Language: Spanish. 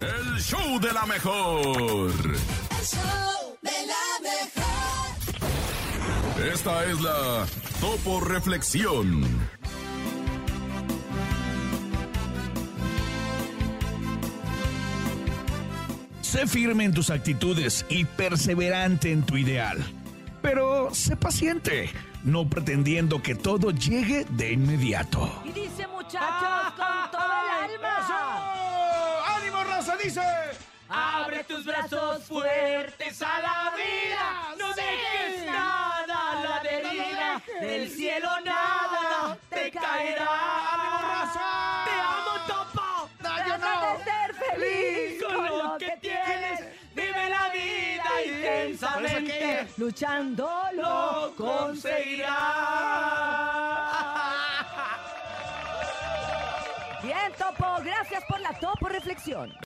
El show de la mejor. El show de la mejor. Esta es la Topo Reflexión. Sé firme en tus actitudes y perseverante en tu ideal. Pero sé paciente, no pretendiendo que todo llegue de inmediato. Y dice muchachos con todo el alma. ¡Ánimo, raza! Dice. Abre tus brazos fuertes a la vida. No dejes nada a la deriva. Del cielo nada te ¡Ánimo, caerá. raza! Te amo, topo. No, yo Trata no. de ser feliz con lo que tienes. Vive la vida intensamente. Luchando lo conseguirás. Bien, topo. Gracias por la topo reflexión.